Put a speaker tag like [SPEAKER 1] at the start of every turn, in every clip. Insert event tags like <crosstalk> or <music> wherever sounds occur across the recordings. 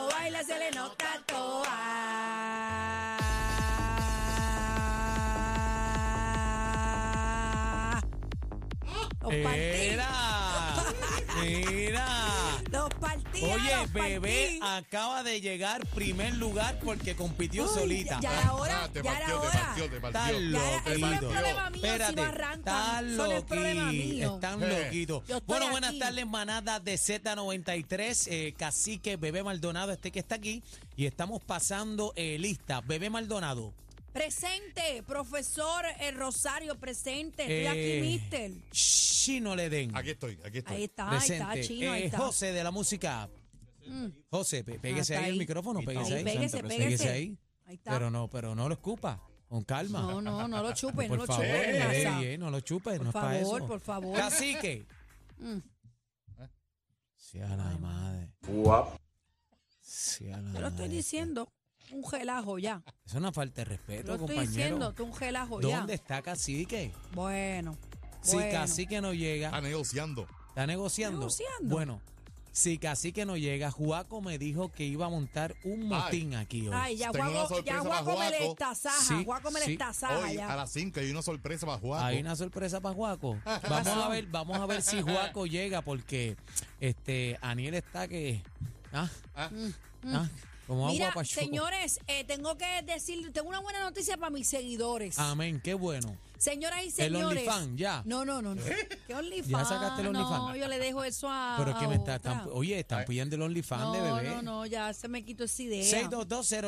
[SPEAKER 1] nalga se le nota toa. Los partidos.
[SPEAKER 2] Mira, mira.
[SPEAKER 1] Los partidos.
[SPEAKER 2] Oye,
[SPEAKER 1] los
[SPEAKER 2] bebé
[SPEAKER 1] partidos.
[SPEAKER 2] acaba de llegar primer lugar porque compitió
[SPEAKER 1] Uy,
[SPEAKER 2] solita.
[SPEAKER 1] Ya
[SPEAKER 2] Ah,
[SPEAKER 1] era hora,
[SPEAKER 3] Ah, te
[SPEAKER 1] ya era
[SPEAKER 3] partió, te
[SPEAKER 1] hora.
[SPEAKER 3] partió, te
[SPEAKER 2] Está
[SPEAKER 3] partió.
[SPEAKER 1] Ya era-
[SPEAKER 2] Te
[SPEAKER 1] eso no es
[SPEAKER 2] partió.
[SPEAKER 1] problema mío, si no arrancan,
[SPEAKER 2] están
[SPEAKER 1] eso no es problema
[SPEAKER 2] loquitos,
[SPEAKER 1] mío.
[SPEAKER 2] están
[SPEAKER 3] Eh.
[SPEAKER 2] loquitos.
[SPEAKER 1] Yo estoy
[SPEAKER 2] Bueno, buenas
[SPEAKER 1] aquí.
[SPEAKER 2] tardes, manada de Z93, eh, Cacique, Bebé Maldonado, este que está aquí, y estamos pasando eh, lista. Bebé Maldonado,
[SPEAKER 1] Presente, profesor eh, Rosario, presente. Estoy
[SPEAKER 2] Eh,
[SPEAKER 1] aquí, mister.
[SPEAKER 2] si no le den.
[SPEAKER 3] Aquí estoy, aquí estoy.
[SPEAKER 1] Ahí está, ahí
[SPEAKER 2] Presente.
[SPEAKER 1] está, chino, ahí
[SPEAKER 2] Eh,
[SPEAKER 1] está. Mm.
[SPEAKER 2] José de la música. José, pe- péguese
[SPEAKER 1] Ah, está
[SPEAKER 2] ahí
[SPEAKER 1] ahí.
[SPEAKER 2] el micrófono, péguese
[SPEAKER 1] Ahí,
[SPEAKER 2] ahí.
[SPEAKER 1] péguese,
[SPEAKER 2] Presente,
[SPEAKER 1] péguese.
[SPEAKER 2] ahí.
[SPEAKER 1] Ahí está.
[SPEAKER 2] Pero no, pero no lo escupa. Con calma.
[SPEAKER 1] No, no, no lo chupen, no
[SPEAKER 2] por
[SPEAKER 1] lo
[SPEAKER 2] favor,
[SPEAKER 1] chupen.
[SPEAKER 2] le dé
[SPEAKER 1] Gaza.
[SPEAKER 2] bien, no lo chupes,
[SPEAKER 1] Por
[SPEAKER 2] no es para
[SPEAKER 1] favor,
[SPEAKER 2] eso.
[SPEAKER 1] por favor.
[SPEAKER 2] Cacique.
[SPEAKER 1] Mm.
[SPEAKER 2] Sea la madre. Sea la
[SPEAKER 1] Yo lo estoy
[SPEAKER 2] madre.
[SPEAKER 1] diciendo, un gelajo ya.
[SPEAKER 2] Es una falta de
[SPEAKER 1] Yo
[SPEAKER 2] respeto,
[SPEAKER 1] lo estoy
[SPEAKER 2] Este compañero.
[SPEAKER 1] diciendo, tú un gelajo
[SPEAKER 2] ¿Dónde
[SPEAKER 1] ya.
[SPEAKER 2] está Cacique?
[SPEAKER 1] Bueno.
[SPEAKER 2] Si
[SPEAKER 1] bueno.
[SPEAKER 2] Cacique no llega,
[SPEAKER 3] Está negociando.
[SPEAKER 2] está negociando.
[SPEAKER 1] negociando.
[SPEAKER 2] Bueno, si Cacique no llega, Juaco me dijo que iba a montar un motín aquí hoy.
[SPEAKER 1] Ay, ya
[SPEAKER 3] Tengo una
[SPEAKER 1] Guaco, ya
[SPEAKER 3] sorpresa
[SPEAKER 1] Guaco
[SPEAKER 3] para
[SPEAKER 1] me le
[SPEAKER 3] Juaco.
[SPEAKER 1] estazaja,
[SPEAKER 2] Sí,
[SPEAKER 1] Guaco me
[SPEAKER 2] sí.
[SPEAKER 1] le estazaja
[SPEAKER 3] Hoy a
[SPEAKER 1] ya.
[SPEAKER 3] las 5 hay una sorpresa para Juaco.
[SPEAKER 2] Hay una sorpresa para Juaco. Vamos a ver, vamos a ver si Juaco llega porque este Aniel está que ah,
[SPEAKER 3] Ah.
[SPEAKER 2] ah, como agua
[SPEAKER 1] Mm. Mira,
[SPEAKER 2] pa' choco.
[SPEAKER 1] señores, eh, tengo que decir, tengo una buena noticia para mis seguidores.
[SPEAKER 2] Amén, qué bueno.
[SPEAKER 1] Señoras y
[SPEAKER 2] Ah, El
[SPEAKER 1] señores.
[SPEAKER 2] OnlyFans ya.
[SPEAKER 1] No, no, no, no. ¿Qué OnlyFans?
[SPEAKER 2] ¿Ya sacaste el
[SPEAKER 1] No,
[SPEAKER 2] OnlyFans?
[SPEAKER 1] yo le dejo eso a.
[SPEAKER 2] Pero es que
[SPEAKER 1] a
[SPEAKER 2] me está,
[SPEAKER 1] otra.
[SPEAKER 2] están- oye, están
[SPEAKER 3] Ay.
[SPEAKER 2] pidiendo el OnlyFans de
[SPEAKER 1] No,
[SPEAKER 2] bebé.
[SPEAKER 1] no, no, ya se me quitó esa idea.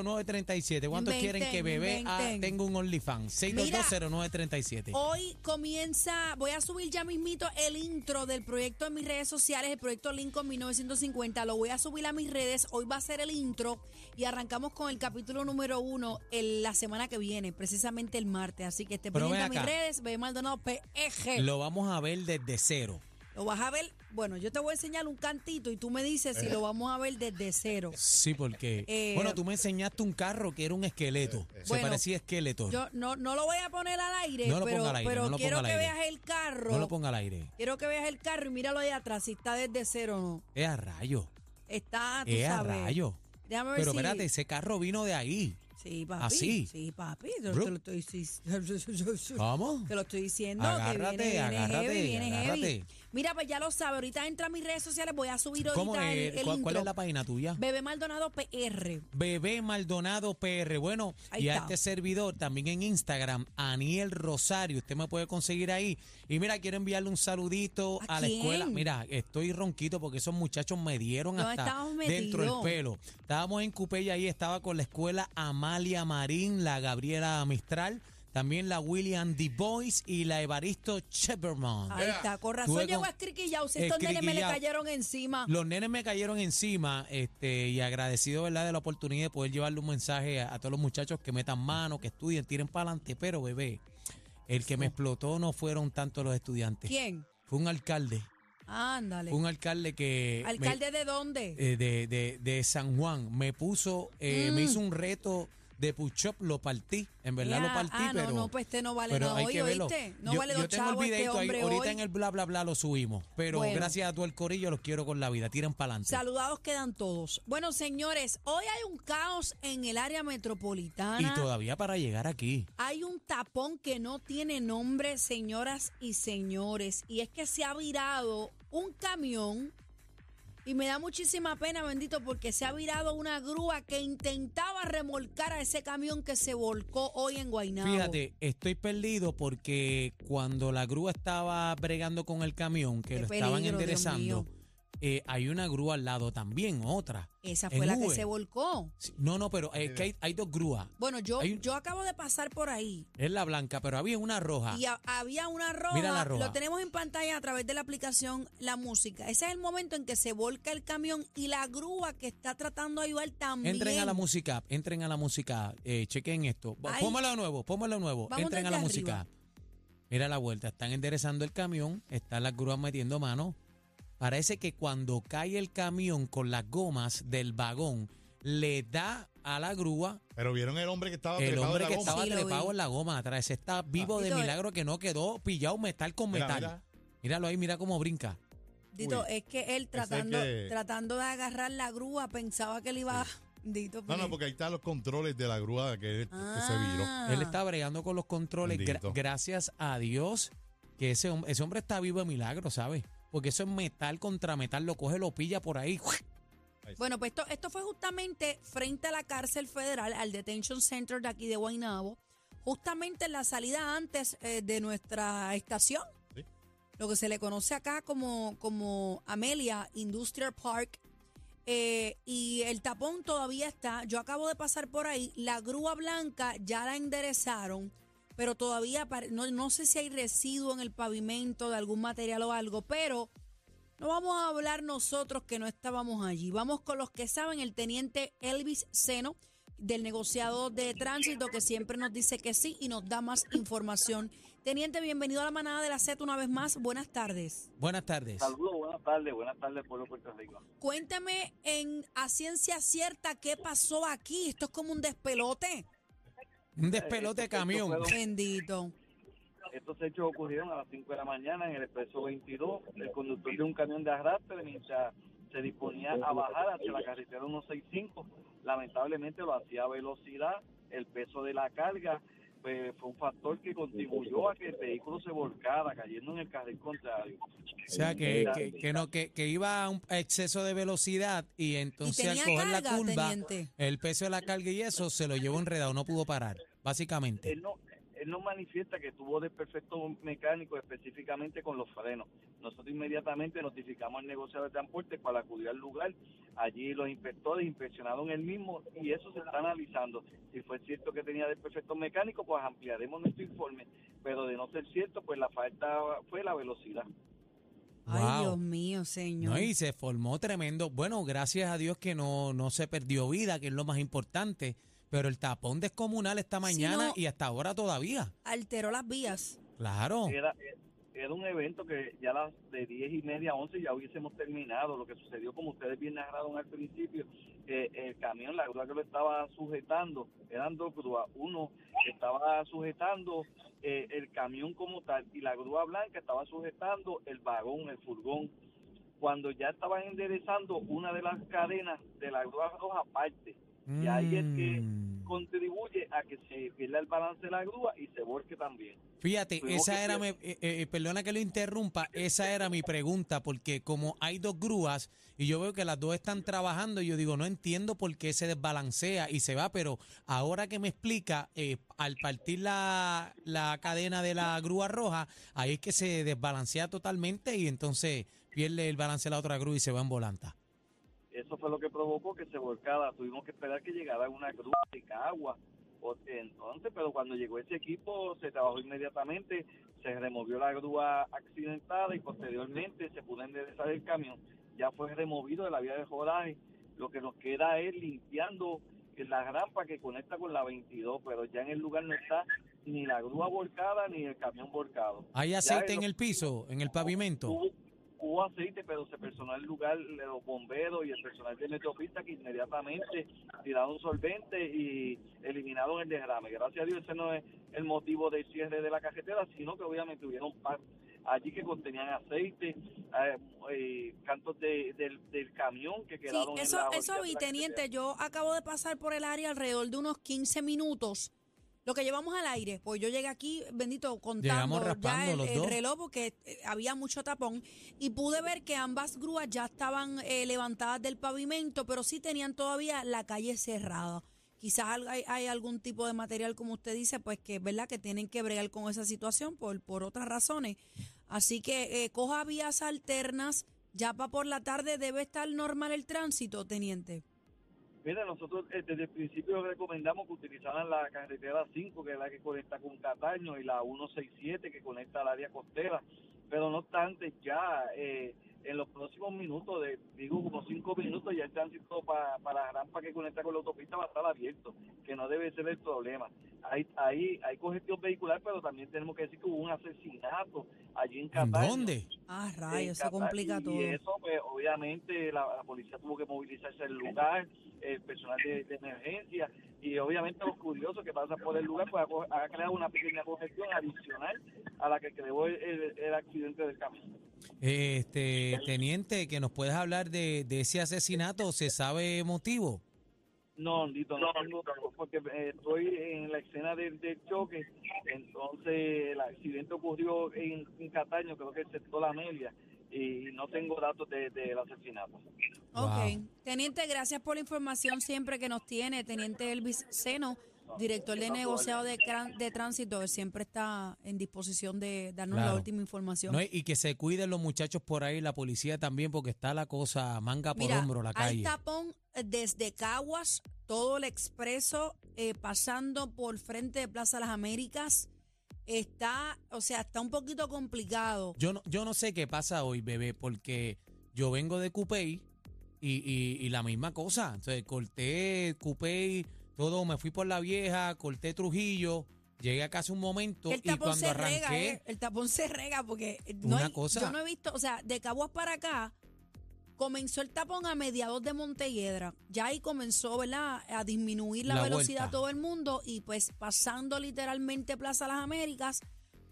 [SPEAKER 2] 6220937. ¿Cuántos quieren que
[SPEAKER 1] Inventen,
[SPEAKER 2] bebé ah,
[SPEAKER 1] inventen.
[SPEAKER 2] tenga un OnlyFans? 6220937.
[SPEAKER 1] Hoy comienza, voy a subir ya mismito el intro del proyecto en mis redes sociales, el proyecto Lincoln 1950, lo voy a subir a mis redes, hoy va a ser el intro y arrancamos con el capítulo número uno el- la semana que viene, precisamente el martes, así que esté
[SPEAKER 2] Pero
[SPEAKER 1] pendiente a
[SPEAKER 2] ven
[SPEAKER 1] mis
[SPEAKER 2] acá.
[SPEAKER 1] redes, ve Maldonado PEG. Lo,
[SPEAKER 2] Lo vamos a ver desde cero.
[SPEAKER 1] vas a ver, bueno, yo te voy a enseñar un cantito y tú me dices
[SPEAKER 2] Eh.
[SPEAKER 1] si lo vamos a ver desde cero.
[SPEAKER 2] Sí, porque
[SPEAKER 1] Eh,
[SPEAKER 2] bueno, tú me enseñaste un carro que era un esqueleto. Se
[SPEAKER 1] Bueno,
[SPEAKER 2] parecía a esqueleto.
[SPEAKER 1] Yo no, no lo voy a poner al aire,
[SPEAKER 2] No lo
[SPEAKER 1] pero,
[SPEAKER 2] ponga al aire,
[SPEAKER 1] pero
[SPEAKER 2] no lo
[SPEAKER 1] quiero
[SPEAKER 2] ponga al
[SPEAKER 1] que
[SPEAKER 2] aire.
[SPEAKER 1] veas el carro.
[SPEAKER 2] no lo ponga al aire.
[SPEAKER 1] Quiero que veas el carro y míralo ahí atrás, si está desde cero o no.
[SPEAKER 2] Es a rayo.
[SPEAKER 1] Está, Ah, tú
[SPEAKER 2] Es a
[SPEAKER 1] sabes.
[SPEAKER 2] rayo.
[SPEAKER 1] Déjame ver
[SPEAKER 2] Pero
[SPEAKER 1] si...
[SPEAKER 2] espérate, ese carro vino de ahí.
[SPEAKER 1] Sí, papi.
[SPEAKER 2] Así.
[SPEAKER 1] Sí, papi. Yo
[SPEAKER 2] Bro.
[SPEAKER 1] te lo estoy <laughs> diciendo.
[SPEAKER 2] ¿Cómo?
[SPEAKER 1] Te lo estoy diciendo.
[SPEAKER 2] Agárrate,
[SPEAKER 1] que viene, viene
[SPEAKER 2] agárrate,
[SPEAKER 1] heavy, viene heavy.
[SPEAKER 2] agárrate.
[SPEAKER 1] Mira, pues ya lo sabe. Ahorita entra a mis redes sociales. Voy a subir ahorita
[SPEAKER 2] ¿Cómo
[SPEAKER 1] el,
[SPEAKER 2] es?
[SPEAKER 1] el
[SPEAKER 2] ¿Cuál, cuál
[SPEAKER 1] intro.
[SPEAKER 2] es la página tuya?
[SPEAKER 1] Bebé Maldonado PR.
[SPEAKER 2] Bebé Maldonado PR. Bueno,
[SPEAKER 1] Ahí
[SPEAKER 2] y a
[SPEAKER 1] está.
[SPEAKER 2] este servidor también en Instagram, Aniel Rosario. Usted me puede conseguir ahí. Y mira, quiero enviarle un saludito
[SPEAKER 1] ¿A
[SPEAKER 2] a, la
[SPEAKER 1] quién?
[SPEAKER 2] escuela. Mira, estoy ronquito porque esos muchachos me dieron
[SPEAKER 1] ¿Dónde
[SPEAKER 2] hasta
[SPEAKER 1] estábamos
[SPEAKER 2] dentro del
[SPEAKER 1] metidos?
[SPEAKER 2] pelo. Estábamos en Cupey ahí, estaba con la escuela Amalia Marín, la Gabriela Mistral, también la William D. Boyce y la Evaristo Cheperman.
[SPEAKER 1] Ahí
[SPEAKER 3] Mira,
[SPEAKER 1] está. Con
[SPEAKER 2] tuve
[SPEAKER 1] razón
[SPEAKER 2] con-
[SPEAKER 1] llegó a escriquillao. Si estos nenes me le
[SPEAKER 2] Escriquillao.
[SPEAKER 1] cayeron encima.
[SPEAKER 2] Los nenes me cayeron encima este, y agradecido ¿verdad? de la oportunidad de poder llevarle un mensaje a, a todos los muchachos que metan mano, que estudien, tiren para adelante. Pero, bebé, el que me explotó no fueron tanto los estudiantes.
[SPEAKER 1] ¿Quién?
[SPEAKER 2] Fue un alcalde.
[SPEAKER 1] Ándale.
[SPEAKER 2] Fue un alcalde que. me-
[SPEAKER 1] ¿Alcalde de dónde?
[SPEAKER 2] eh, de, de- de San Juan. Me puso, eh,
[SPEAKER 1] Mm.
[SPEAKER 2] me hizo un reto de push-up, lo partí. En verdad
[SPEAKER 1] Ya,
[SPEAKER 2] lo partí,
[SPEAKER 1] ah, no,
[SPEAKER 2] pero.
[SPEAKER 1] no, pues este no vale
[SPEAKER 2] pero
[SPEAKER 1] nada
[SPEAKER 2] hay
[SPEAKER 1] hoy,
[SPEAKER 2] que verlo.
[SPEAKER 1] ¿oíste? No
[SPEAKER 2] yo,
[SPEAKER 1] vale
[SPEAKER 2] yo
[SPEAKER 1] los
[SPEAKER 2] tengo
[SPEAKER 1] chavos
[SPEAKER 2] el
[SPEAKER 1] este
[SPEAKER 2] videito ahí.
[SPEAKER 1] hombre
[SPEAKER 2] Ahorita
[SPEAKER 1] hoy.
[SPEAKER 2] en el bla, bla, bla lo subimos. Pero
[SPEAKER 1] Bueno.
[SPEAKER 2] gracias a tu el corillo, los quiero con la vida. Tiren para adelante.
[SPEAKER 1] Saludados quedan todos. Bueno, señores, hoy hay un caos en el área
[SPEAKER 2] Y
[SPEAKER 1] metropolitana.
[SPEAKER 2] todavía para llegar aquí.
[SPEAKER 1] Hay un tapón que no tiene nombre, señoras y señores. Y es que se ha virado un camión. Y me da muchísima pena, bendito, porque se ha virado una grúa que intentaba remolcar a ese camión que se volcó hoy en Guaynabo.
[SPEAKER 2] Fíjate, estoy perdido porque cuando la grúa estaba bregando con el camión, que
[SPEAKER 1] Qué
[SPEAKER 2] lo estaban
[SPEAKER 1] peligro, Dios
[SPEAKER 2] enderezando,
[SPEAKER 1] mío. Eh.
[SPEAKER 2] eh, hay una grúa al lado también, otra.
[SPEAKER 1] Esa
[SPEAKER 2] en
[SPEAKER 1] fue la que
[SPEAKER 2] Uber.
[SPEAKER 1] se volcó.
[SPEAKER 2] Sí, No, no, pero es que hay, hay dos grúas.
[SPEAKER 1] Bueno, yo,
[SPEAKER 2] Hay un-
[SPEAKER 1] yo acabo de pasar por ahí.
[SPEAKER 2] Es la blanca, pero había una roja.
[SPEAKER 1] Y ha- había una roja,
[SPEAKER 2] Ah. Mira la roja.
[SPEAKER 1] Lo tenemos en pantalla a través de la aplicación La Música. Ese es el momento en que se volca el camión y la grúa que está tratando de ayudar también.
[SPEAKER 2] Entren a la música, app, entren a la música, app, eh, chequen esto. Bo-
[SPEAKER 1] Ay.
[SPEAKER 2] Pónmelo de nuevo, pónmelo de nuevo.
[SPEAKER 1] Vamos
[SPEAKER 2] entren
[SPEAKER 1] desde
[SPEAKER 2] a la
[SPEAKER 1] arriba.
[SPEAKER 2] música. app. Mira la vuelta, están enderezando el camión, están las grúas metiendo mano. Parece que cuando cae el camión con las gomas del vagón, le da a la grúa
[SPEAKER 3] Pero vieron el hombre que estaba
[SPEAKER 2] el
[SPEAKER 3] trepado
[SPEAKER 2] hombre
[SPEAKER 3] en la
[SPEAKER 2] que
[SPEAKER 3] goma?
[SPEAKER 2] estaba
[SPEAKER 1] Sí, lo vi.
[SPEAKER 2] trepado en la goma atrás. Ese Está vivo de
[SPEAKER 1] Tito, eh.
[SPEAKER 2] milagro que no quedó pillado metal con
[SPEAKER 3] Mira,
[SPEAKER 2] metal.
[SPEAKER 3] mira.
[SPEAKER 2] Míralo ahí, mira cómo brinca.
[SPEAKER 1] Dito,
[SPEAKER 3] Uy,
[SPEAKER 1] es que él tratando,
[SPEAKER 3] que-
[SPEAKER 1] tratando de agarrar la grúa pensaba que le iba Bendito,
[SPEAKER 3] No,
[SPEAKER 1] pues.
[SPEAKER 3] no, porque ahí están los controles de la grúa que, que se viró.
[SPEAKER 1] Ah.
[SPEAKER 2] Él está bregando con los controles. gra-
[SPEAKER 3] Bendito.
[SPEAKER 2] gracias a Dios que ese, hom- ese hombre está vivo de milagro, ¿sabes? Porque eso es metal contra metal. Lo coge, lo pilla por ahí. <laughs>
[SPEAKER 1] Bueno, pues esto, esto fue justamente frente a la cárcel federal, al Detention Center de aquí de Guaynabo, justamente en la salida antes eh, de nuestra estación,
[SPEAKER 3] Sí.
[SPEAKER 1] lo que se le conoce acá como, como Amelia Industrial Park. eh, y el tapón todavía está. Yo acabo de pasar por ahí. La grúa blanca ya la enderezaron, pero todavía pare- no, no sé si hay residuo en el pavimento de algún material o algo, pero no vamos a hablar nosotros que no estábamos allí. Vamos con los que saben, el teniente Elvis Seno, del negociado de tránsito, que siempre nos dice que sí y nos da más información. Teniente, bienvenido a la manada de la Z una vez más. Buenas tardes.
[SPEAKER 2] Buenas tardes.
[SPEAKER 4] Saludos, buenas tardes, buenas tardes, pueblo de Puerto Rico.
[SPEAKER 1] Cuénteme en a ciencia cierta qué pasó aquí. Esto es como un despelote.
[SPEAKER 2] Un despelote de
[SPEAKER 4] Esto- esto
[SPEAKER 2] camión.
[SPEAKER 4] fue-
[SPEAKER 1] Bendito.
[SPEAKER 4] Estos hechos ocurrieron a las 5 de la mañana en el expreso 22. El conductor de un camión de arrastre, mientras se disponía a bajar hacia la carretera 165, lamentablemente lo hacía a velocidad. El peso de la carga pues, fue un factor que contribuyó a que el vehículo se volcara, cayendo en el carril contrario.
[SPEAKER 2] O sea, que, que, que no, que, que iba a un exceso de velocidad y entonces al
[SPEAKER 1] tenía
[SPEAKER 2] coger la
[SPEAKER 1] carga,
[SPEAKER 2] curva,
[SPEAKER 1] teniente.
[SPEAKER 2] el peso de la carga y eso se lo llevó enredado, no pudo parar, básicamente.
[SPEAKER 4] él no él no manifiesta que tuvo desperfecto mecánico específicamente con los frenos. Nosotros inmediatamente notificamos al negociado de transporte para acudir al lugar. Allí los inspectores inspeccionaron el mismo y eso se está analizando. Si fue cierto que tenía desperfecto mecánico, pues ampliaremos nuestro informe. Pero de no ser cierto, pues la falta fue la velocidad.
[SPEAKER 1] Ay,
[SPEAKER 2] Wow.
[SPEAKER 1] Dios mío, señor.
[SPEAKER 2] No, y se formó tremendo. Bueno, gracias a Dios que no, no se perdió vida, que es lo más importante. Pero el tapón descomunal esta mañana
[SPEAKER 1] no-
[SPEAKER 2] y hasta ahora todavía.
[SPEAKER 1] Alteró las vías.
[SPEAKER 2] Claro.
[SPEAKER 4] Era, era un evento que ya las de 10 y media a 11 ya hubiésemos terminado. Lo que sucedió, como ustedes bien narraron al principio, que el camión, la grúa que lo estaba sujetando, eran dos grúas. Uno estaba sujetando eh, el camión como tal y la grúa blanca estaba sujetando el vagón, el furgón. Cuando ya estaban enderezando una de las cadenas de la grúa roja aparte, y ahí es que
[SPEAKER 2] Mm.
[SPEAKER 4] contribuye a que se pierda el balance de la grúa y se volque también.
[SPEAKER 2] Fíjate,
[SPEAKER 4] Tuvimos
[SPEAKER 2] esa
[SPEAKER 4] que
[SPEAKER 2] era, mi- eh, eh, perdona que lo interrumpa, esa era mi pregunta, porque como hay dos grúas y yo veo que las dos están trabajando, yo digo, no entiendo por qué se desbalancea y se va, pero ahora que me explica, eh, al partir la, la cadena de la grúa roja, ahí es que se desbalancea totalmente y entonces pierde el balance la otra grúa y se va en volanta.
[SPEAKER 4] Eso fue lo que provocó que se volcara. Tuvimos que esperar que llegara una cruz de agua. O- Entonces, pero cuando llegó ese equipo, se trabajó inmediatamente, se removió la grúa accidentada y posteriormente se pudo enderezar el camión. Ya fue removido de la vía de rodaje. Lo que nos queda es limpiando la rampa que conecta con la 22, pero ya en el lugar no está ni la grúa volcada ni el camión volcado.
[SPEAKER 2] ¿Hay
[SPEAKER 4] Ya
[SPEAKER 2] aceite
[SPEAKER 4] lo-
[SPEAKER 2] en el piso, en el pavimento?
[SPEAKER 4] Hubo, hubo aceite, pero se personó el lugar, de los bomberos y el personal de Metropista que inmediatamente tiraron solvente y eliminaron el derrame. Gracias a Dios ese no es el motivo del cierre de la carretera, sino que obviamente hubieron par allí que contenían aceite, eh, eh, cantos de- del, del camión que
[SPEAKER 1] Sí,
[SPEAKER 4] quedaron en
[SPEAKER 1] eso,
[SPEAKER 4] la orilla
[SPEAKER 1] eso
[SPEAKER 4] de
[SPEAKER 1] vi,
[SPEAKER 4] la
[SPEAKER 1] teniente.
[SPEAKER 4] carretera.
[SPEAKER 1] Yo acabo de pasar por el área alrededor de unos 15 minutos. Lo que llevamos al aire, pues yo llegué aquí, bendito, contando
[SPEAKER 2] Llegamos raspando
[SPEAKER 1] ya el,
[SPEAKER 2] los
[SPEAKER 1] el
[SPEAKER 2] dos.
[SPEAKER 1] reloj porque eh, había mucho tapón y pude ver que ambas grúas ya estaban eh, levantadas del pavimento, pero sí tenían todavía la calle cerrada. Quizás al- hay, hay algún tipo de material, como usted dice, pues que es verdad que tienen que bregar con esa situación por, por otras razones. Así que eh, coja vías alternas. Ya para por la tarde debe estar normal el tránsito, teniente.
[SPEAKER 4] Mira, nosotros eh, desde el principio recomendamos que utilizaran la carretera 5, que es la que conecta con Cataño, y la 167, que conecta al área costera. Pero no obstante, ya eh, en los próximos minutos, de, digo como 5 minutos, ya el tránsito pa- para la rampa que conecta con la autopista va a estar abierto, que no debe ser el problema. Hay, hay, hay congestión vehicular, pero también tenemos que decir que hubo un asesinato allí en
[SPEAKER 2] ¿En
[SPEAKER 4] Cataño.
[SPEAKER 2] dónde?
[SPEAKER 1] Ah,
[SPEAKER 4] en
[SPEAKER 1] rayos, se
[SPEAKER 4] Qatar,
[SPEAKER 1] complica
[SPEAKER 4] y
[SPEAKER 1] todo.
[SPEAKER 4] eso, pues, obviamente, la, la policía tuvo que movilizarse al lugar, el personal de, de emergencia, y obviamente los curiosos que pasan por el lugar, pues ha co- ha, creado una pequeña congestión adicional a la que creó el, el- el accidente del camión.
[SPEAKER 2] Este, teniente, que nos puedes hablar de, de ese asesinato, ¿se sabe motivo?
[SPEAKER 4] No, Andito, no, tengo, porque eh, estoy en la escena del, del choque, entonces el accidente ocurrió en, en Cataño, creo que excepto la media, y no tengo datos de- del asesinato.
[SPEAKER 1] Ok.
[SPEAKER 2] Wow.
[SPEAKER 1] Teniente, gracias por la información siempre que nos tiene. Teniente Elvis Seno, director de negociado de, Cran- de tránsito, él siempre está en disposición de darnos la
[SPEAKER 2] Claro.
[SPEAKER 1] última información.
[SPEAKER 2] No, y que se cuiden los muchachos por ahí, la policía también, porque está la cosa manga por
[SPEAKER 1] Mira,
[SPEAKER 2] hombro, la
[SPEAKER 1] hay
[SPEAKER 2] calle.
[SPEAKER 1] tapón eh, desde Caguas, todo el expreso, eh, pasando por frente de Plaza Las Américas. Está, o sea, está un poquito complicado.
[SPEAKER 2] Yo no, yo no sé qué pasa hoy, bebé, porque yo vengo de Coupey y, y- y la misma cosa. Entonces, corté Coupey, todo, me fui por la vieja, corté Trujillo, llegué acá hace un momento
[SPEAKER 1] Que el
[SPEAKER 2] y
[SPEAKER 1] tapón
[SPEAKER 2] cuando
[SPEAKER 1] se rega,
[SPEAKER 2] arranqué,
[SPEAKER 1] eh, el tapón se rega porque no
[SPEAKER 2] Una
[SPEAKER 1] hay-
[SPEAKER 2] cosa-
[SPEAKER 1] yo no he visto, o sea, de Caguas para acá comenzó el tapón a mediados de Montelledra. Ya ahí comenzó, ¿verdad?, a disminuir la,
[SPEAKER 2] La
[SPEAKER 1] velocidad
[SPEAKER 2] vuelta.
[SPEAKER 1] todo el mundo y pues pasando literalmente Plaza Las Américas,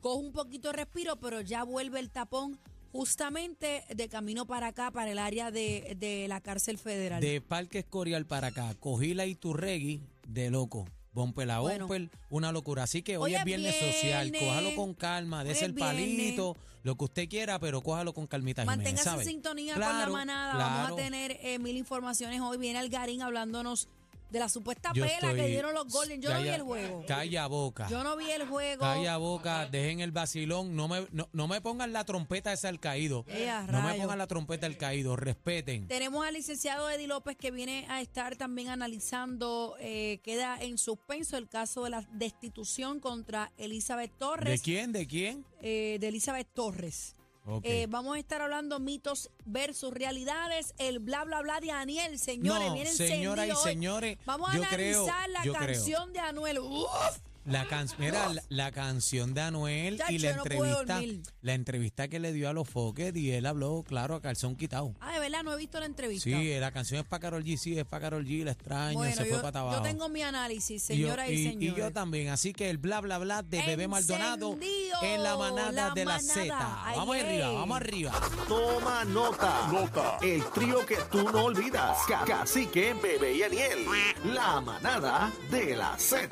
[SPEAKER 1] coge un poquito de respiro, pero ya vuelve el tapón justamente de camino para acá, para el área de, de la cárcel federal.
[SPEAKER 2] de Parque Escorial para acá, cogí la Iturregui de loco. Bompe la
[SPEAKER 1] Bueno.
[SPEAKER 2] bumper, una locura. Así que hoy,
[SPEAKER 1] Hoy
[SPEAKER 2] es
[SPEAKER 1] es
[SPEAKER 2] viernes, social,
[SPEAKER 1] viernes.
[SPEAKER 2] cójalo con calma,
[SPEAKER 1] Hoy
[SPEAKER 2] des
[SPEAKER 1] es
[SPEAKER 2] el palito, lo que usted quiera, pero cójalo con calmita. Jiménez,
[SPEAKER 1] Manténgase
[SPEAKER 2] ¿sabe?
[SPEAKER 1] en sintonía con la
[SPEAKER 2] Claro,
[SPEAKER 1] manada.
[SPEAKER 2] claro.
[SPEAKER 1] Vamos a tener eh, mil informaciones. Hoy viene Algarín hablándonos de la supuesta
[SPEAKER 2] Yo
[SPEAKER 1] pela que
[SPEAKER 2] estoy-
[SPEAKER 1] dieron los Golden. Yo no vi
[SPEAKER 2] Calla-
[SPEAKER 1] el juego.
[SPEAKER 2] Calla boca.
[SPEAKER 1] Yo no vi el juego.
[SPEAKER 2] Calla boca, dejen el vacilón, no me, no, no me pongan la trompeta esa al caído.
[SPEAKER 1] Eh, a
[SPEAKER 2] no me
[SPEAKER 1] rayos.
[SPEAKER 2] pongan la trompeta al caído, respeten.
[SPEAKER 1] Tenemos al licenciado Eddie López que viene a estar también analizando, eh, queda en suspenso el caso de la destitución contra Elizabeth
[SPEAKER 2] ¿De
[SPEAKER 1] Torres.
[SPEAKER 2] quién? ¿De quién?
[SPEAKER 1] eh, de Elizabeth Torres.
[SPEAKER 2] Ok.
[SPEAKER 1] Eh, vamos a estar hablando mitos versus realidades, el bla bla bla de Aniel, señores,
[SPEAKER 2] no,
[SPEAKER 1] viene
[SPEAKER 2] señoras y
[SPEAKER 1] encendido hoy.
[SPEAKER 2] señores,
[SPEAKER 1] Vamos a
[SPEAKER 2] yo creo,
[SPEAKER 1] analizar la
[SPEAKER 2] yo creo.
[SPEAKER 1] canción de Anuel. ¡Uf!
[SPEAKER 2] La, can- mira, la, la canción de Anuel
[SPEAKER 1] Chacho,
[SPEAKER 2] y la
[SPEAKER 1] yo no puedo
[SPEAKER 2] entrevista,
[SPEAKER 1] dormir.
[SPEAKER 2] la entrevista que le dio a los foques y él habló, claro, a calzón quitado.
[SPEAKER 1] Ah, de verdad, no he visto la entrevista.
[SPEAKER 2] Sí, la canción es para Carol G, sí, es para Carol G, la extraño,
[SPEAKER 1] bueno,
[SPEAKER 2] se fue
[SPEAKER 1] yo,
[SPEAKER 2] para
[SPEAKER 1] yo
[SPEAKER 2] abajo.
[SPEAKER 1] tengo mi análisis,
[SPEAKER 2] Y yo-
[SPEAKER 1] señoras y,
[SPEAKER 2] y, y
[SPEAKER 1] señores.
[SPEAKER 2] yo también. Así que el bla, bla, bla de Bebé Maldonado
[SPEAKER 1] Encendido,
[SPEAKER 2] en la manada
[SPEAKER 1] la
[SPEAKER 2] de la
[SPEAKER 1] manada.
[SPEAKER 2] Z. Vamos
[SPEAKER 1] Ay,
[SPEAKER 2] arriba,
[SPEAKER 1] ey.
[SPEAKER 2] vamos arriba.
[SPEAKER 5] Toma nota. Nota. El trío que tú no olvidas. Ca- Cacique, bebé y Aniel. La manada de la Z.